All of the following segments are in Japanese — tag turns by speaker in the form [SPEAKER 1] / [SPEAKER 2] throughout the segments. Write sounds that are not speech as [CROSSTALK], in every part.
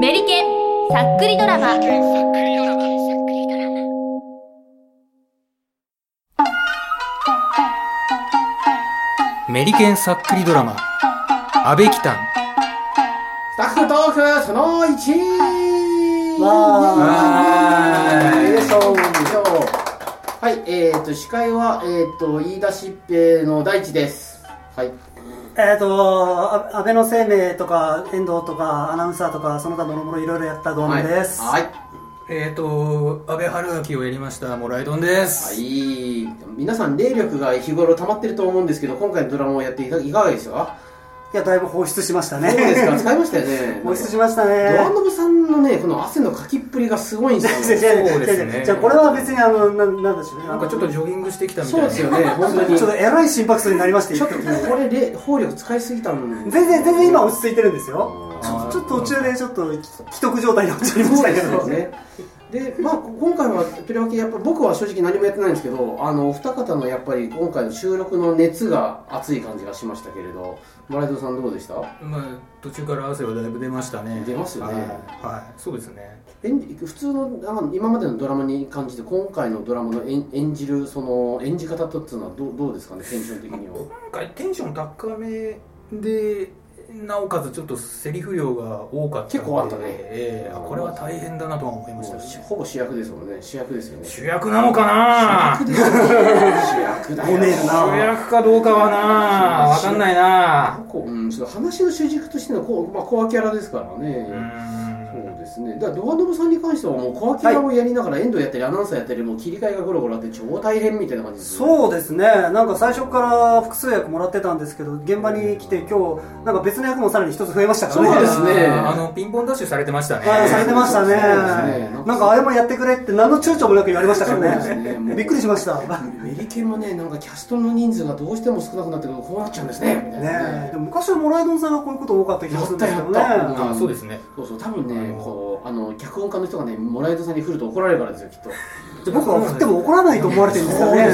[SPEAKER 1] メリケンさっくりドラマ
[SPEAKER 2] メリケンさっくりドラマ「安倍キタン
[SPEAKER 3] スタッフトークその1
[SPEAKER 4] わ
[SPEAKER 2] ーい
[SPEAKER 3] よいしょよいしょはい、えーと、司会は、えーと、飯田疾平の大地です。はい。
[SPEAKER 4] えっ、と、あ安倍の生命とか、遠藤とか、アナウンサーとか、その他のもろいろいろやったドームです。
[SPEAKER 3] はい。は」
[SPEAKER 2] えっ、ー、と安倍春明をやりましたモライドンです、
[SPEAKER 3] い。皆さん、霊力が日頃溜まってると思うんですけど、今回のドラマをやっていかいかがでしたか
[SPEAKER 4] いや、だいぶ放出しました
[SPEAKER 3] ど
[SPEAKER 4] ね。
[SPEAKER 3] うですか使いましたよね。
[SPEAKER 4] [LAUGHS] 放出しましたね。
[SPEAKER 3] ドアノブさんのね、この汗のかきっぷりがすごいんです
[SPEAKER 4] [LAUGHS]
[SPEAKER 3] よ。
[SPEAKER 2] そうですね
[SPEAKER 4] じゃあこれは別にあのななんでしょうね
[SPEAKER 2] なんかちょっとジョギングしてきたみた
[SPEAKER 3] そ
[SPEAKER 2] いうな
[SPEAKER 3] ですよね、本当に。
[SPEAKER 4] ちょっとえらい心拍数になりまして
[SPEAKER 3] ちょっとこれで法力使いすぎたの
[SPEAKER 4] 全然全然今落
[SPEAKER 3] ち
[SPEAKER 4] ち着いてるんですよちょちょっと途中でちょっと既得状態に陥りましたけど、
[SPEAKER 3] ねでまあ今回はとりわけやっぱ僕は正直何もやってないんですけどあのお二方のやっぱり今回の収録の熱が熱い感じがしましたけれどマライドさんどうでした
[SPEAKER 2] まあ、途中から汗はだいぶ出ましたね
[SPEAKER 3] 出ますよね
[SPEAKER 2] はい、はいそうですね
[SPEAKER 3] えん普通のあの今までのドラマに感じて今回のドラマの演演じるその演じ方とっていうのはどうどうですかねテンション的には
[SPEAKER 2] 今回テンション高めでなおかつちょっとセリフ量が多かったので
[SPEAKER 3] 結構あったね
[SPEAKER 2] ええあこれは大変だなとは思いました
[SPEAKER 3] もう
[SPEAKER 2] ね
[SPEAKER 3] しほぼ主役ですもんね主役ですよね
[SPEAKER 2] 主役なのかな
[SPEAKER 3] 主役ですよね主役だよ
[SPEAKER 4] ごめんな
[SPEAKER 2] 主役かどうかはなわかんないな
[SPEAKER 3] こううん、ちょっと話の主軸としてのこう、まあ、コアキャラですから
[SPEAKER 2] う
[SPEAKER 3] ね、
[SPEAKER 2] ん
[SPEAKER 3] そうですねだからドアノブさんに関してはもうコアキャラをやりながら遠藤やったりアナウンサーやったりもう切り替えがゴロゴロあって超大変みたいな感じですね
[SPEAKER 4] そうですねなんか最初から複数役もらってたんですけど現場に来て今日なんか別の役もさらに一つ増えましたからね
[SPEAKER 3] そうですね
[SPEAKER 2] あのピンポンダッシュされてましたね
[SPEAKER 4] はいされてましたね
[SPEAKER 3] そうですね
[SPEAKER 4] なんかあれもやってくれって何の躊躇もなく言われましたから
[SPEAKER 3] そうですね
[SPEAKER 4] ね
[SPEAKER 3] もう
[SPEAKER 4] びっくりし
[SPEAKER 3] [LAUGHS]
[SPEAKER 4] ました
[SPEAKER 3] メリケンもねなんかキャストの人数がどうしても少なくなってくるとこうなっちゃうんですねみたいな
[SPEAKER 4] ねでも昔はモライドンさんがこういうこと多かった気がするんですけどね
[SPEAKER 3] やったやった
[SPEAKER 2] あそうですね
[SPEAKER 3] そうそう多分
[SPEAKER 2] あ
[SPEAKER 3] ね
[SPEAKER 2] の
[SPEAKER 3] こうあの脚本家の人がねモライドさんに振ると怒られるからですよきっと
[SPEAKER 4] で僕は振っても怒らないと思われてるんですよね
[SPEAKER 3] ね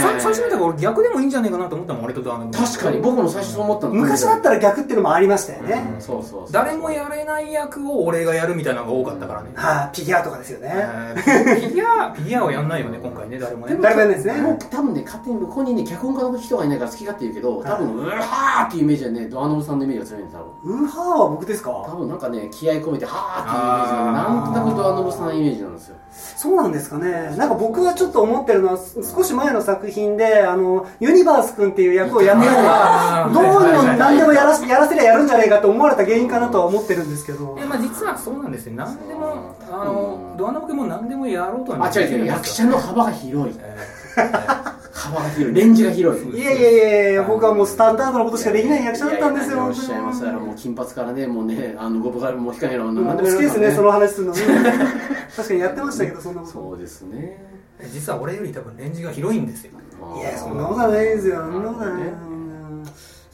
[SPEAKER 2] さ最初見たから俺逆でもいいんじゃないかなと思ったもん俺とドアノブ
[SPEAKER 3] 確かに僕も最初そう思ったの
[SPEAKER 4] 昔だったら逆っていうのもありましたよね、
[SPEAKER 2] うん
[SPEAKER 3] そうそうそう
[SPEAKER 2] 誰もやれない役を俺がやるみたいなのが多かったからね、
[SPEAKER 4] はい、ピギュアとかですよね、
[SPEAKER 2] えーフィギュアフィギュアはやんないよね今回ね誰もね
[SPEAKER 4] だいぶやんないですね
[SPEAKER 3] もう多分ね、勝手に向こうにね、脚本家の人がいないから好き勝手言うけど、多分、うわーっていうイメージはね、ドアノブさんのイメージが強いんだろ
[SPEAKER 4] ウーハーは僕です
[SPEAKER 3] う。多
[SPEAKER 4] か
[SPEAKER 3] 分なんかね、気合い込めて、はーっていうイメージが、なんとなくドアノブさんのイメージなんですよ。
[SPEAKER 4] そうなんですかねなんか僕はちょっと思ってるのはす少し前の作品であのユニバース君っていう役をやったの
[SPEAKER 2] あー
[SPEAKER 4] がどうに
[SPEAKER 2] はい
[SPEAKER 4] も
[SPEAKER 2] はいはい
[SPEAKER 4] 何でもやらせやらせりゃやるんじゃないかと思われた原因かなとは思ってるんですけど
[SPEAKER 2] いやまあ実はそうなんですよ何でも
[SPEAKER 3] そう
[SPEAKER 2] あのドアノブ君も何でもやろうとは
[SPEAKER 3] あ、違う違う、
[SPEAKER 2] ん
[SPEAKER 3] 役
[SPEAKER 2] です
[SPEAKER 3] 者
[SPEAKER 2] よ
[SPEAKER 3] の幅が広い。
[SPEAKER 2] えー
[SPEAKER 3] 幅が広い。レンジが広い。
[SPEAKER 4] いやいやいやいや僕はもうスタンダードなことしかできない役者だったんですよ
[SPEAKER 3] いやいやいやおっしゃいますだからもう金髪からね、もうね、あの、ゴブガルも引かないの、
[SPEAKER 4] うん
[SPEAKER 3] な
[SPEAKER 4] 好
[SPEAKER 3] ん
[SPEAKER 4] き
[SPEAKER 3] でもや
[SPEAKER 4] で
[SPEAKER 3] る
[SPEAKER 4] す
[SPEAKER 3] から
[SPEAKER 4] ねその話するのね確かにやってましたけどそんなこと
[SPEAKER 3] そうですね。
[SPEAKER 2] 実は俺より多分レンジが広いんですよ
[SPEAKER 4] いやそんなことはないですよそんなことはない
[SPEAKER 3] なるほど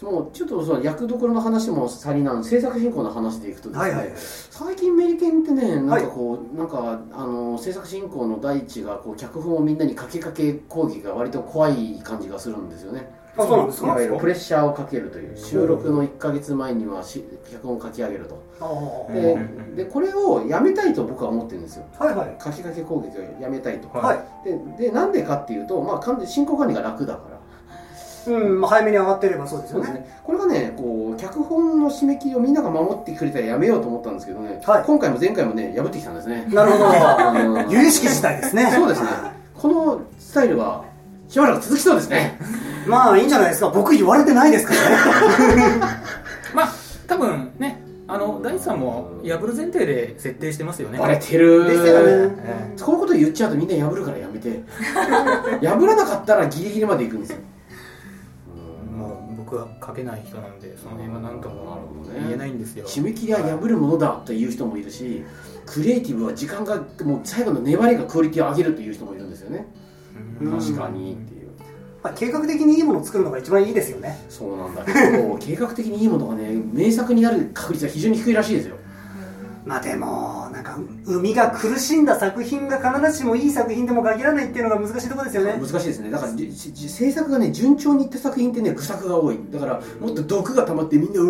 [SPEAKER 3] もうちょっとその役どころの話もさりなん制作進行の話でいくとですね、
[SPEAKER 4] はいはいはい
[SPEAKER 3] 最近メリケンってねなんかこう、なんかあの制作進行の第一がこう脚本をみんなにかけかけ講義が割と怖い感じがするんですよね
[SPEAKER 4] あそうなんです
[SPEAKER 3] い
[SPEAKER 4] か
[SPEAKER 3] わゆるプレッシャーをかけるという収録の1か月前にはし脚本を書き上げると
[SPEAKER 4] あー
[SPEAKER 3] で
[SPEAKER 2] うんうんうん
[SPEAKER 3] でこれをやめたいと僕は思ってるんですよ
[SPEAKER 4] はいはい
[SPEAKER 3] 書きかけ攻撃をやめたいと、
[SPEAKER 4] はい
[SPEAKER 3] ででなんでかっていうと、まあ、完全に進行管理が楽だから
[SPEAKER 4] うん、まあ早めに上がってればそうです
[SPEAKER 3] そ
[SPEAKER 4] よ
[SPEAKER 3] うです
[SPEAKER 4] ね。
[SPEAKER 3] ね、これがねこう脚本の締め切りをみんなが守ってくれたらやめようと思ったんですけどね、
[SPEAKER 4] はい
[SPEAKER 3] 今回も前回もね破ってきたんです
[SPEAKER 4] [LAUGHS]
[SPEAKER 3] ね
[SPEAKER 4] なるほ
[SPEAKER 3] あ
[SPEAKER 4] ど。 [LAUGHS]
[SPEAKER 3] のー
[SPEAKER 4] 由々しき事態ですね。
[SPEAKER 3] そうですねこのスタイルはしばらく続きそうですね
[SPEAKER 4] まあいいんじゃないですか。僕言われてないですからね。 [LAUGHS]
[SPEAKER 2] まあ多分ねあの大地さんも破る前提で設定してますよね
[SPEAKER 3] バレてる
[SPEAKER 4] ですよね。
[SPEAKER 2] え
[SPEAKER 3] こういうこと言っちゃうとみんな破るからやめて破らなかったらギリギリまで行くんですよ
[SPEAKER 2] えもう僕は書けない人なんでその辺は何と
[SPEAKER 3] なる
[SPEAKER 2] も
[SPEAKER 3] ほどね
[SPEAKER 2] 言えないんですよ
[SPEAKER 3] 締め切りは破るものだという人もいるしクリエイティブは時間がもう最後の粘りがクオリティを上げるという人もいるんですよね
[SPEAKER 2] うん
[SPEAKER 3] 確かにっていう
[SPEAKER 4] まあ計画的にいいものを作るのが一番いいですよね。
[SPEAKER 3] そうなんだけど計画的にいいものがね名作になる確率は非常に低いらしいですよ
[SPEAKER 4] うまあでもなんか海が苦しんだ作品が必ずしもいい作品でも限らないっていうのが難しいところですよね
[SPEAKER 3] 難しいですねだからじじ制作がね順調にいった作品ってね愚策が多いだからもっと毒が溜まってみんなう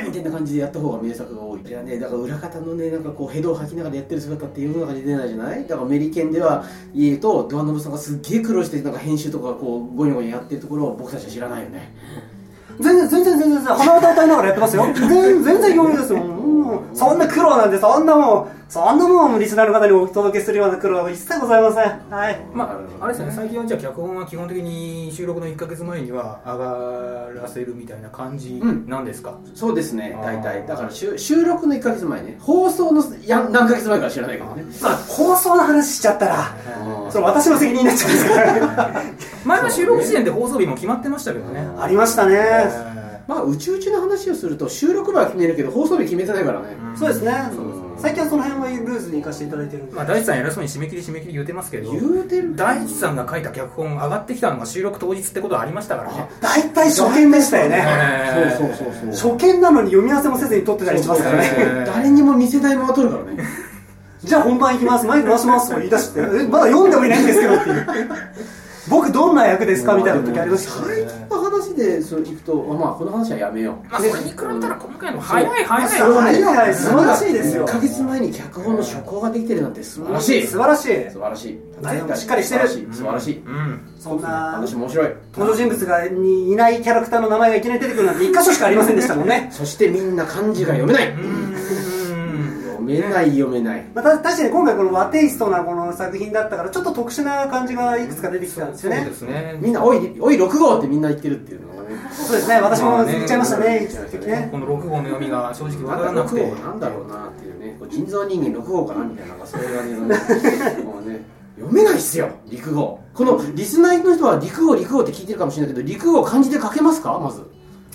[SPEAKER 3] えーみたいな感じでやった方が名作が多いいやねだから裏方のねなんかこうヘドを吐きながらやってる姿って世の中に出ないじゃないだからメリケンでは言うとドアノブさんがすっげえ苦労してなんか編集とかこうゴニョゴニョやってるところを僕たちは知らないよね
[SPEAKER 4] 全然全然全然全然鼻歌歌いながらやってますよ全全然余裕ですようんそんな苦労なんてそんなもんそんなもんリスナーの方にお届けするような苦労は一切ございませんはい
[SPEAKER 2] まあ、あれですね、最近はじゃあ脚本は基本的に収録の1か月前には上がらせるみたいな感じなんですか、
[SPEAKER 3] そうですね
[SPEAKER 2] あー
[SPEAKER 3] 大体だから収収録の1か月前ね放送のや何ヶ月前から知らないからね
[SPEAKER 4] まあ放送の話しちゃったら
[SPEAKER 3] あー
[SPEAKER 4] それ私の責任になっちゃうんですからね
[SPEAKER 2] 前の収録時点で放送日も決まってましたけどね。
[SPEAKER 4] ありましたね
[SPEAKER 3] まあうちうちの話をすると収録日は決めるけど放送日決めてないからね、
[SPEAKER 4] そうですね
[SPEAKER 3] うん
[SPEAKER 4] 最近はその辺はルーズに行かせていただいてるんで
[SPEAKER 2] まあ、大地さん偉そうに締め切り締め切り言うてますけど、
[SPEAKER 3] 言うてる
[SPEAKER 2] 大地さんが書いた脚本上がってきたのが収録当日ってことはありましたからね。
[SPEAKER 4] 大体初見でしたよね
[SPEAKER 2] えー
[SPEAKER 3] そうそうそうそう
[SPEAKER 4] 初見なのに読み合わせもせずに撮ってたりしますからね
[SPEAKER 2] そうそうそう
[SPEAKER 3] 誰にも見せないまま撮るからね
[SPEAKER 4] じゃあ本番行きます、マイク回しますとか言い出して、えまだ読んでもいないんですけどっていう。僕どんな役ですかみたいな時ありました
[SPEAKER 3] 最近の話でそれいくとあまあこの話はやめよう
[SPEAKER 2] まあ、それに比べたら今回の早い早い
[SPEAKER 4] そう
[SPEAKER 2] 早い。
[SPEAKER 4] いやいや素晴らしいですよ
[SPEAKER 3] 1か月前に脚本の初稿ができてるなんて素晴らしい
[SPEAKER 4] 素晴らしい。
[SPEAKER 3] 素晴らしい
[SPEAKER 4] 内容もしっかりしてる
[SPEAKER 3] 素晴らしい素晴らしい
[SPEAKER 2] うん。
[SPEAKER 4] そんな
[SPEAKER 3] 話面白い
[SPEAKER 4] 登場人物がにいないキャラクターの名前がいきなり出てくるなんて一箇所しかありませんでしたもんね。
[SPEAKER 3] そしてみんな漢字が読めない
[SPEAKER 2] うん。
[SPEAKER 3] 読めない読めない
[SPEAKER 4] まあ、た確かに今回この和テイストなこの作品だったからちょっと特殊な感じがいくつか出てきたんです
[SPEAKER 2] そう
[SPEAKER 4] よ
[SPEAKER 2] で
[SPEAKER 4] ね。
[SPEAKER 2] すね。
[SPEAKER 3] みんな「おいおい6号」ってみんな言ってるっていうのがね
[SPEAKER 4] そうですね。私も言っちゃいました
[SPEAKER 3] まあね
[SPEAKER 4] ね。いつの時ね。
[SPEAKER 2] この6号の読みが正直わ
[SPEAKER 3] なん
[SPEAKER 2] から
[SPEAKER 3] だ
[SPEAKER 2] なくて
[SPEAKER 3] 6号。なんだろうなっていうねこう人造人間6号かなみたいななんかそういう感
[SPEAKER 4] [LAUGHS]
[SPEAKER 3] じのもうね読めないっすよ陸号このリスナーの人は陸号陸号って聞いてるかもしれないけど陸号漢字で書けますかまず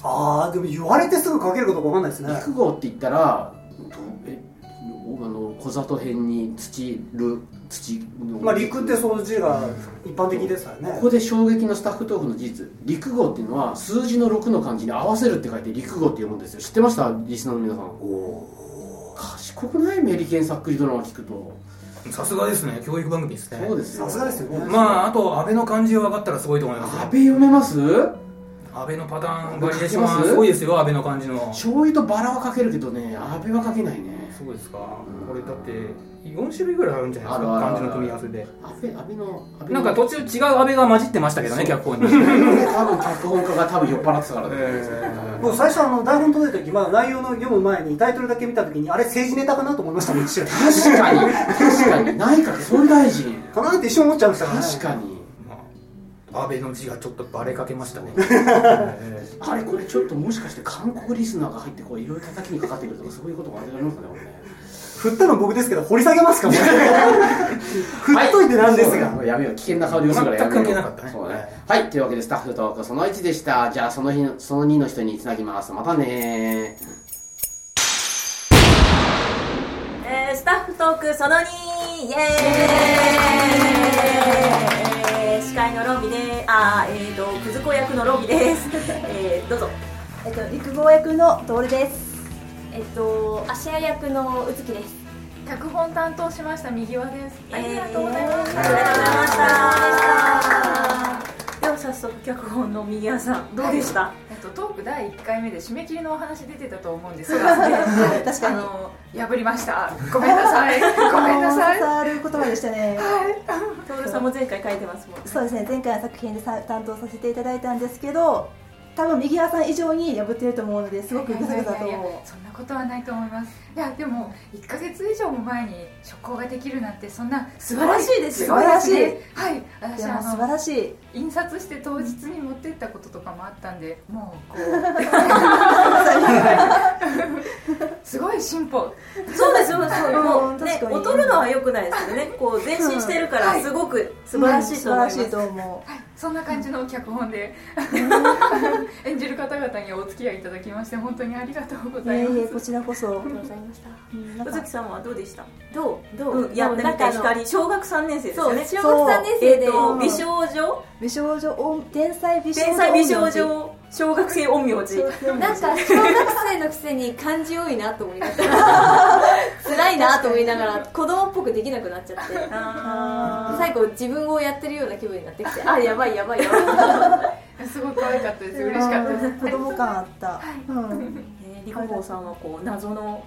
[SPEAKER 4] ああでも言われてすぐ書けることがわかんないですね。
[SPEAKER 3] 陸号って言ったらどえあの小里編に土る土の
[SPEAKER 4] まあ陸ってそういう字が一般的ですからね。
[SPEAKER 3] ここで衝撃のスタッフトークの事実陸号っていうのは数字の6の漢字に合わせるって書いて陸号って読むんですよ知ってましたリスナーの皆さん賢くないメリケンさっくりドラマ聞くと
[SPEAKER 2] さすがですね、教育番組ですね。
[SPEAKER 3] そうですよ
[SPEAKER 4] さすがですよね。
[SPEAKER 2] まあ、あと、安倍の漢字は分かったらすごいと思います
[SPEAKER 3] 安
[SPEAKER 2] よ。
[SPEAKER 3] 倍読めます
[SPEAKER 2] 安倍のパターンバリエーションはすごいですよ、安倍の漢字の。
[SPEAKER 3] 醤油とバラはかけるけどね安倍はかけないね
[SPEAKER 2] そうですか。これだって、4種類ぐらいあるんじゃないですか、
[SPEAKER 3] あるあるあ
[SPEAKER 2] 漢字
[SPEAKER 3] る
[SPEAKER 2] の組み合わせで。
[SPEAKER 3] 安倍安倍の安倍
[SPEAKER 2] な
[SPEAKER 3] の
[SPEAKER 2] んか途中違う安倍が混じってましたけどね、脚本に。
[SPEAKER 3] [LAUGHS] 多分脚本家が多分酔っ払ってたからだと思うんですよ
[SPEAKER 2] え
[SPEAKER 4] 僕最初あの台本届いた時、まあ、内容の読む前にタイトルだけ見た時にあれ政治ネタかなと思いましたもん一瞬
[SPEAKER 3] 確かに確か
[SPEAKER 4] [LAUGHS]
[SPEAKER 3] に内閣総理大臣
[SPEAKER 4] かなって一瞬思っちゃいましたからね
[SPEAKER 3] 確かに
[SPEAKER 2] まあ安倍の字がちょっとバレかけましたね。ええ
[SPEAKER 3] あれこれちょっともしかして韓国リスナーが入ってこういろいろ叩きにかかってくるとかそういうこともあれられますかねこれね
[SPEAKER 4] 振ったの僕ですけど掘り下げますかも振っといてなんですが、
[SPEAKER 3] はいやめよう危険な香りをするからやめよう
[SPEAKER 2] 全く関係なかったね
[SPEAKER 3] そうねはいというわけでスタッフトークその1でしたじゃあその日のその2の人につなぎますまたねー
[SPEAKER 5] えースタッフトークその2イエーイえー司会のロビであーえっ、とくず子役のロ
[SPEAKER 1] [LAUGHS]
[SPEAKER 5] ビです、えーどうぞ
[SPEAKER 1] えっと、陸号役の徹です。
[SPEAKER 5] えっ、と芦屋役のうつきです
[SPEAKER 6] 脚本担当しました右輪です。ありがとうござい
[SPEAKER 5] あ
[SPEAKER 6] ま
[SPEAKER 5] り
[SPEAKER 6] す。
[SPEAKER 5] がとうございまし
[SPEAKER 6] あ
[SPEAKER 5] たでは早速脚本の右さんどうでした、
[SPEAKER 6] りがとうございましたえっとトーク第一回目で締め切りのお話出てたと思うんですが、 [LAUGHS] 確
[SPEAKER 7] [LAUGHS] 確か
[SPEAKER 6] あ
[SPEAKER 7] に
[SPEAKER 6] の破りました。ごめんなさい。
[SPEAKER 7] [LAUGHS]
[SPEAKER 6] ごめんなさい。
[SPEAKER 7] 触る言葉でしたね。
[SPEAKER 5] トールさんも前回書いてますもんね
[SPEAKER 7] そうですね。前回の作品でさ担当させていただいたんですけど、多分右側さん以上に破ってると思うのですごくグサグサと
[SPEAKER 6] いやいやいやいやそんなことはないと思いますいやでも1か月以上も前に初行ができるなんてそんな
[SPEAKER 5] 素晴らしいです
[SPEAKER 6] ごいですね
[SPEAKER 7] 素晴
[SPEAKER 6] は
[SPEAKER 7] らし
[SPEAKER 6] い
[SPEAKER 7] で
[SPEAKER 6] 私
[SPEAKER 7] も
[SPEAKER 6] あ
[SPEAKER 7] 素
[SPEAKER 6] の
[SPEAKER 7] 晴らしい。
[SPEAKER 6] 印刷して当日に持ってったこととかもあったんでもうこ [LAUGHS] う
[SPEAKER 7] [LAUGHS]
[SPEAKER 6] すごい進歩
[SPEAKER 5] そうですそうですも
[SPEAKER 7] うん
[SPEAKER 5] うね
[SPEAKER 7] 確かに
[SPEAKER 5] 劣るのは良くないですけどねこう前進してるか
[SPEAKER 6] は
[SPEAKER 5] ら
[SPEAKER 6] い
[SPEAKER 5] すごく素晴らしいと思います、
[SPEAKER 7] うん素晴らしいと思
[SPEAKER 6] はいそんな感じの脚本で演じる方々にお付き合いいただきまして本当にありがとうご
[SPEAKER 7] う。い
[SPEAKER 6] ざい
[SPEAKER 7] え
[SPEAKER 6] ま
[SPEAKER 7] い
[SPEAKER 6] す
[SPEAKER 7] えこちらこそ。
[SPEAKER 1] ございました。
[SPEAKER 7] うんなん
[SPEAKER 5] 宇
[SPEAKER 7] か
[SPEAKER 5] 月さんはどうでした
[SPEAKER 1] どうど
[SPEAKER 5] うん、やってみた光小学3年生です
[SPEAKER 1] そ
[SPEAKER 5] よ
[SPEAKER 1] う、
[SPEAKER 5] ね
[SPEAKER 1] 小学3年生
[SPEAKER 5] えっ、
[SPEAKER 1] で、
[SPEAKER 5] と
[SPEAKER 7] ん
[SPEAKER 5] 美少女
[SPEAKER 7] 美少女音天才美少女
[SPEAKER 5] 天才美少
[SPEAKER 7] 音
[SPEAKER 5] 女小学生陰陽師
[SPEAKER 8] なんか小学生のくせに漢字多いなと思いながら
[SPEAKER 5] [LAUGHS]
[SPEAKER 8] 辛いなと思いながら子供っぽくできなくなっちゃって最後自分をやってるような気分になってきてあやばいやばいやばい
[SPEAKER 6] すごく可愛かったです嬉しかったです
[SPEAKER 7] 子供感あった、うん、
[SPEAKER 5] えーリコボーさんはこう謎の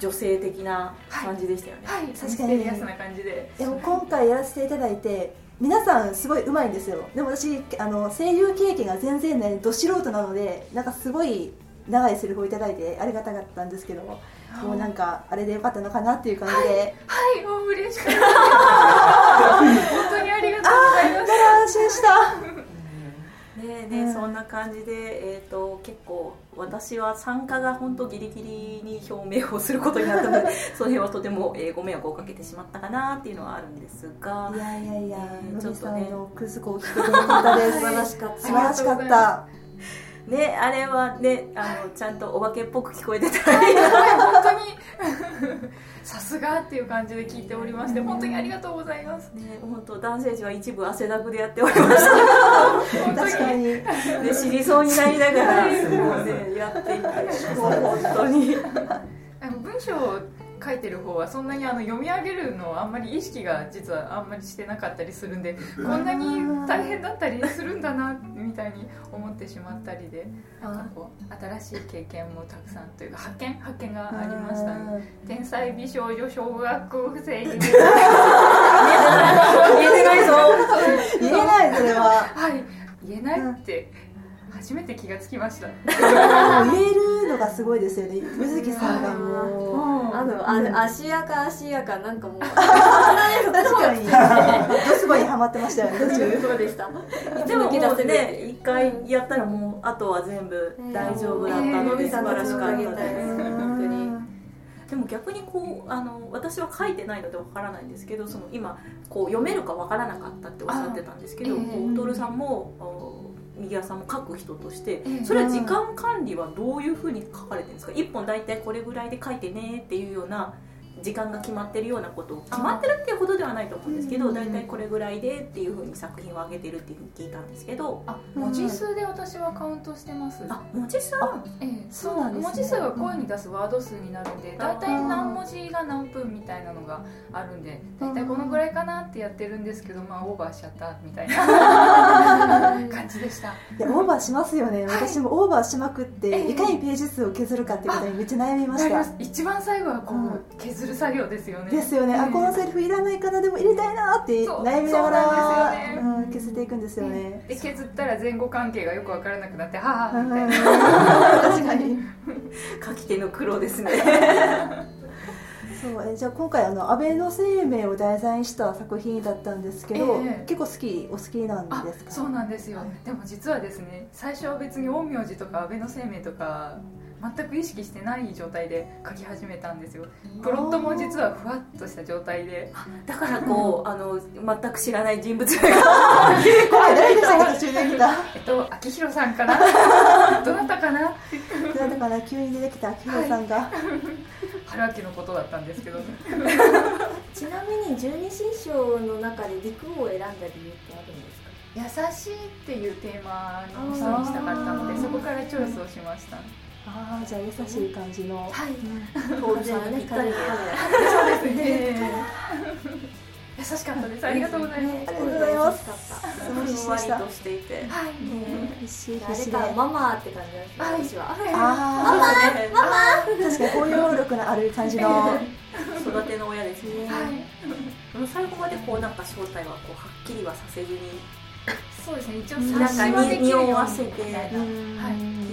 [SPEAKER 5] 女性的な感じでしたよね、
[SPEAKER 6] はい
[SPEAKER 7] か
[SPEAKER 6] ミ
[SPEAKER 7] に
[SPEAKER 6] ステリアスな感じで
[SPEAKER 7] でも今回やらせていただいて皆さんすごい上手いんですよでも私あの声優経験が全然ないど素人なのでなんかすごい長いセリフをいただいてありがたかったんですけどももうなんかあれでよかったのかなっていう感じで
[SPEAKER 6] はいもう嬉しかった本当にありがとうございま
[SPEAKER 7] だ
[SPEAKER 6] す
[SPEAKER 7] から安心した
[SPEAKER 5] ねえねえ
[SPEAKER 7] うん
[SPEAKER 5] そんな感じで、えー、と結構私は参加が本当ギリギリに表明をすることになったの [LAUGHS] でその辺はとても、えーご迷惑をかけてしまったかなっていうのはあるんですが
[SPEAKER 7] いやいやいや
[SPEAKER 5] えー
[SPEAKER 7] のり
[SPEAKER 5] ち
[SPEAKER 7] さ
[SPEAKER 5] ょっ
[SPEAKER 7] ん
[SPEAKER 5] と
[SPEAKER 7] のクズコを聞くとの方です素晴らし [LAUGHS] かった素晴らしかった
[SPEAKER 5] ねあれはねあのちゃんとお化けっぽく聞こえてたら
[SPEAKER 6] いや本当に [LAUGHS] さすがっていう感じで聞いておりまして本当にありがとうございます
[SPEAKER 5] ね [LAUGHS] 本当男性陣は一部汗だくでやっておりまし
[SPEAKER 6] 本当に
[SPEAKER 7] 確かに
[SPEAKER 5] たで死にそうになりながらもうねやっていてもう本当に
[SPEAKER 6] あの文章を書いてる方はそんなにあの読み上げるのをあんまり意識が実はあんまりしてなかったりするんでこんなに大変だったりするんだなみたいに思ってしまったりでなんかこう新しい経験もたくさんというか発見発見がありましたね
[SPEAKER 7] [LAUGHS]
[SPEAKER 6] 天才美少女小学
[SPEAKER 5] [LAUGHS]
[SPEAKER 6] 生夢
[SPEAKER 5] 言えてないぞ
[SPEAKER 7] 言えないそれは
[SPEAKER 6] はい言えないって初めて気がつきました
[SPEAKER 7] でも言えるのがすごいですよね水木さんがもう
[SPEAKER 8] あのあの足やか足やかなん
[SPEAKER 5] [LAUGHS]
[SPEAKER 8] かもう
[SPEAKER 7] 確かにドスバにハマってましたよね途中
[SPEAKER 8] そうでした
[SPEAKER 5] でももうね一回やったらもうあとは全部大丈夫だったので素晴らしかったです
[SPEAKER 8] 本
[SPEAKER 5] でも逆にこうあの私は書いてないのでわからないんですけどその今こう読めるかわからなかったっておっしゃってたんですけど
[SPEAKER 6] あ
[SPEAKER 5] こ
[SPEAKER 6] ええ
[SPEAKER 5] う徹さんもお右側さんも書く人として
[SPEAKER 6] ええ
[SPEAKER 5] それは時間管理はどういうふうに書かれてるんですか一本大体これぐらいで書いてねっていうような時間が決まってるようなことを決まってるっていうことではないと思うんですけど大体これぐらいでっていうふうに作品を上げてるっていうふうに聞いたんですけど
[SPEAKER 6] あ文字数で私はカウントしてます
[SPEAKER 5] あ文字数なんですね
[SPEAKER 6] ええ、
[SPEAKER 7] そうなんですね
[SPEAKER 6] 文字数は声に出すワード数になるんで
[SPEAKER 5] あー
[SPEAKER 6] 大体何文字が何分みたいなのがあるんで大体このぐらいかなってやってるんですけどまあオーバーしちゃったみたいな
[SPEAKER 7] [LAUGHS]
[SPEAKER 6] 感じでした
[SPEAKER 7] いやオーバーしますよね、私もオーバーしまくって、
[SPEAKER 6] ええ
[SPEAKER 7] いかにページ数を削るかってことにめっちゃ悩みま
[SPEAKER 6] わか
[SPEAKER 7] し
[SPEAKER 6] り
[SPEAKER 7] た
[SPEAKER 6] ます一番最後はこう、
[SPEAKER 7] うん
[SPEAKER 6] 削る作業ですよね
[SPEAKER 7] ですよね、あ
[SPEAKER 6] うん
[SPEAKER 7] このセリフいらないかなでも入れたいなって
[SPEAKER 6] そう
[SPEAKER 7] 悩みながら
[SPEAKER 6] そうなんですよ
[SPEAKER 7] うん削っていくんですよね、
[SPEAKER 6] で削ったら前後関係がよくわからなくなってはあ
[SPEAKER 7] うん
[SPEAKER 6] みたいな
[SPEAKER 7] 確かに
[SPEAKER 6] [LAUGHS]
[SPEAKER 5] 書き手の苦労ですね [LAUGHS]
[SPEAKER 7] そうえじゃあ今回あの安倍の生命を題材にした作品だったんですけど、
[SPEAKER 6] ええ
[SPEAKER 7] 結構好きお好きなん
[SPEAKER 6] あ
[SPEAKER 7] ですか
[SPEAKER 6] そうなんですよ、でも実はですね最初は別に陰陽師とか安倍の生命とか全く意識してない状態で書き始めたんですよプロットも実はふわっとした状態 [LAUGHS] で
[SPEAKER 5] だからこうあの全く知らない人物が
[SPEAKER 7] 怖い誰でしたか途中できた
[SPEAKER 6] えっと秋広さんか [LAUGHS] などなたかな
[SPEAKER 7] どなたかな急に出てきた秋葉さんが、
[SPEAKER 6] 春秋のことだったんですけど
[SPEAKER 8] ちなみに十二神将の中で陸を選んだ理由ってあるんですか
[SPEAKER 6] 優しいっていうテーマの人にしたかったのでそこからチョイスをしました
[SPEAKER 7] ああじゃあ優しい感じの
[SPEAKER 6] はい
[SPEAKER 5] 当然ぴったりで
[SPEAKER 6] そうです
[SPEAKER 5] [LAUGHS]
[SPEAKER 6] ね優しかったですありがとうございます、
[SPEAKER 7] ありがとうございます
[SPEAKER 5] ふんわりとしていて
[SPEAKER 6] はい
[SPEAKER 7] 必死
[SPEAKER 8] あ
[SPEAKER 7] 必
[SPEAKER 8] れ
[SPEAKER 7] 死で
[SPEAKER 8] かママって感じなんですね私は
[SPEAKER 7] ああ確かに包容力のある感じ
[SPEAKER 6] [LAUGHS]
[SPEAKER 7] の
[SPEAKER 5] 育ての親ですね、
[SPEAKER 6] はい
[SPEAKER 5] 最後までこうなんか正体はこうはっきりはさせずに
[SPEAKER 6] そうですね一応
[SPEAKER 5] なんか
[SPEAKER 6] はできるように
[SPEAKER 5] 匂わせて
[SPEAKER 6] みたい
[SPEAKER 5] 聞
[SPEAKER 6] な
[SPEAKER 7] う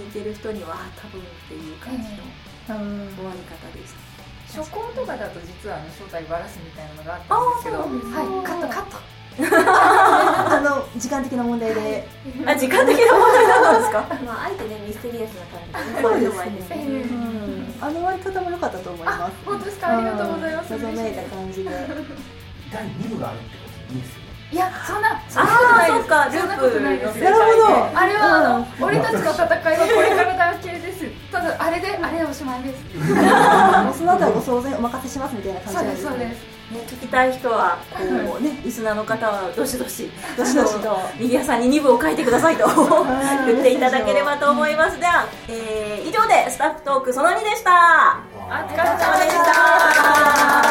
[SPEAKER 5] いてる人にはあ多分っていう感じの
[SPEAKER 7] ん
[SPEAKER 5] 終わり方でした
[SPEAKER 6] 初行とかだと実はあの正体バラすみたいなのがあったんですけどはいカットカット
[SPEAKER 7] あの時間的な問題で
[SPEAKER 5] あ時間的な問題だったんですか
[SPEAKER 8] まああえてねミステリアスな感じ
[SPEAKER 7] そうですね
[SPEAKER 5] もあります
[SPEAKER 6] えー
[SPEAKER 7] うんあの終わり方も良かったと思います
[SPEAKER 6] 本当ですかありがとうございます
[SPEAKER 7] ん謎めいた
[SPEAKER 6] [LAUGHS]
[SPEAKER 7] 感じで
[SPEAKER 2] 第2部があるってこといいですよね
[SPEAKER 6] いやそんなそんなこ
[SPEAKER 5] [LAUGHS]
[SPEAKER 6] と
[SPEAKER 5] ああ
[SPEAKER 6] ないで
[SPEAKER 5] そ
[SPEAKER 6] す
[SPEAKER 5] っかル
[SPEAKER 6] そんなことない
[SPEAKER 5] ー
[SPEAKER 6] で
[SPEAKER 5] プ
[SPEAKER 6] す
[SPEAKER 7] なるほ
[SPEAKER 6] あれはあの俺たちの戦いはこれからだけですただあれであれでおしまいです
[SPEAKER 7] どもうその方はご想像にお任せしますみたいな感じ
[SPEAKER 6] そう
[SPEAKER 7] な
[SPEAKER 6] で
[SPEAKER 7] んですす
[SPEAKER 6] そう
[SPEAKER 7] ね
[SPEAKER 6] です
[SPEAKER 5] ね、聞きたい人はこう、ね、リスナーの方はどしどし
[SPEAKER 7] どしどしと
[SPEAKER 5] 右さんに2部を書いてください
[SPEAKER 7] [LAUGHS]
[SPEAKER 5] と言っていただければと思いますでは、えー以上でスタッフトークその2でした
[SPEAKER 6] お疲
[SPEAKER 5] お疲
[SPEAKER 6] れ
[SPEAKER 5] れ様
[SPEAKER 6] 様
[SPEAKER 5] で
[SPEAKER 6] で
[SPEAKER 5] し
[SPEAKER 6] したた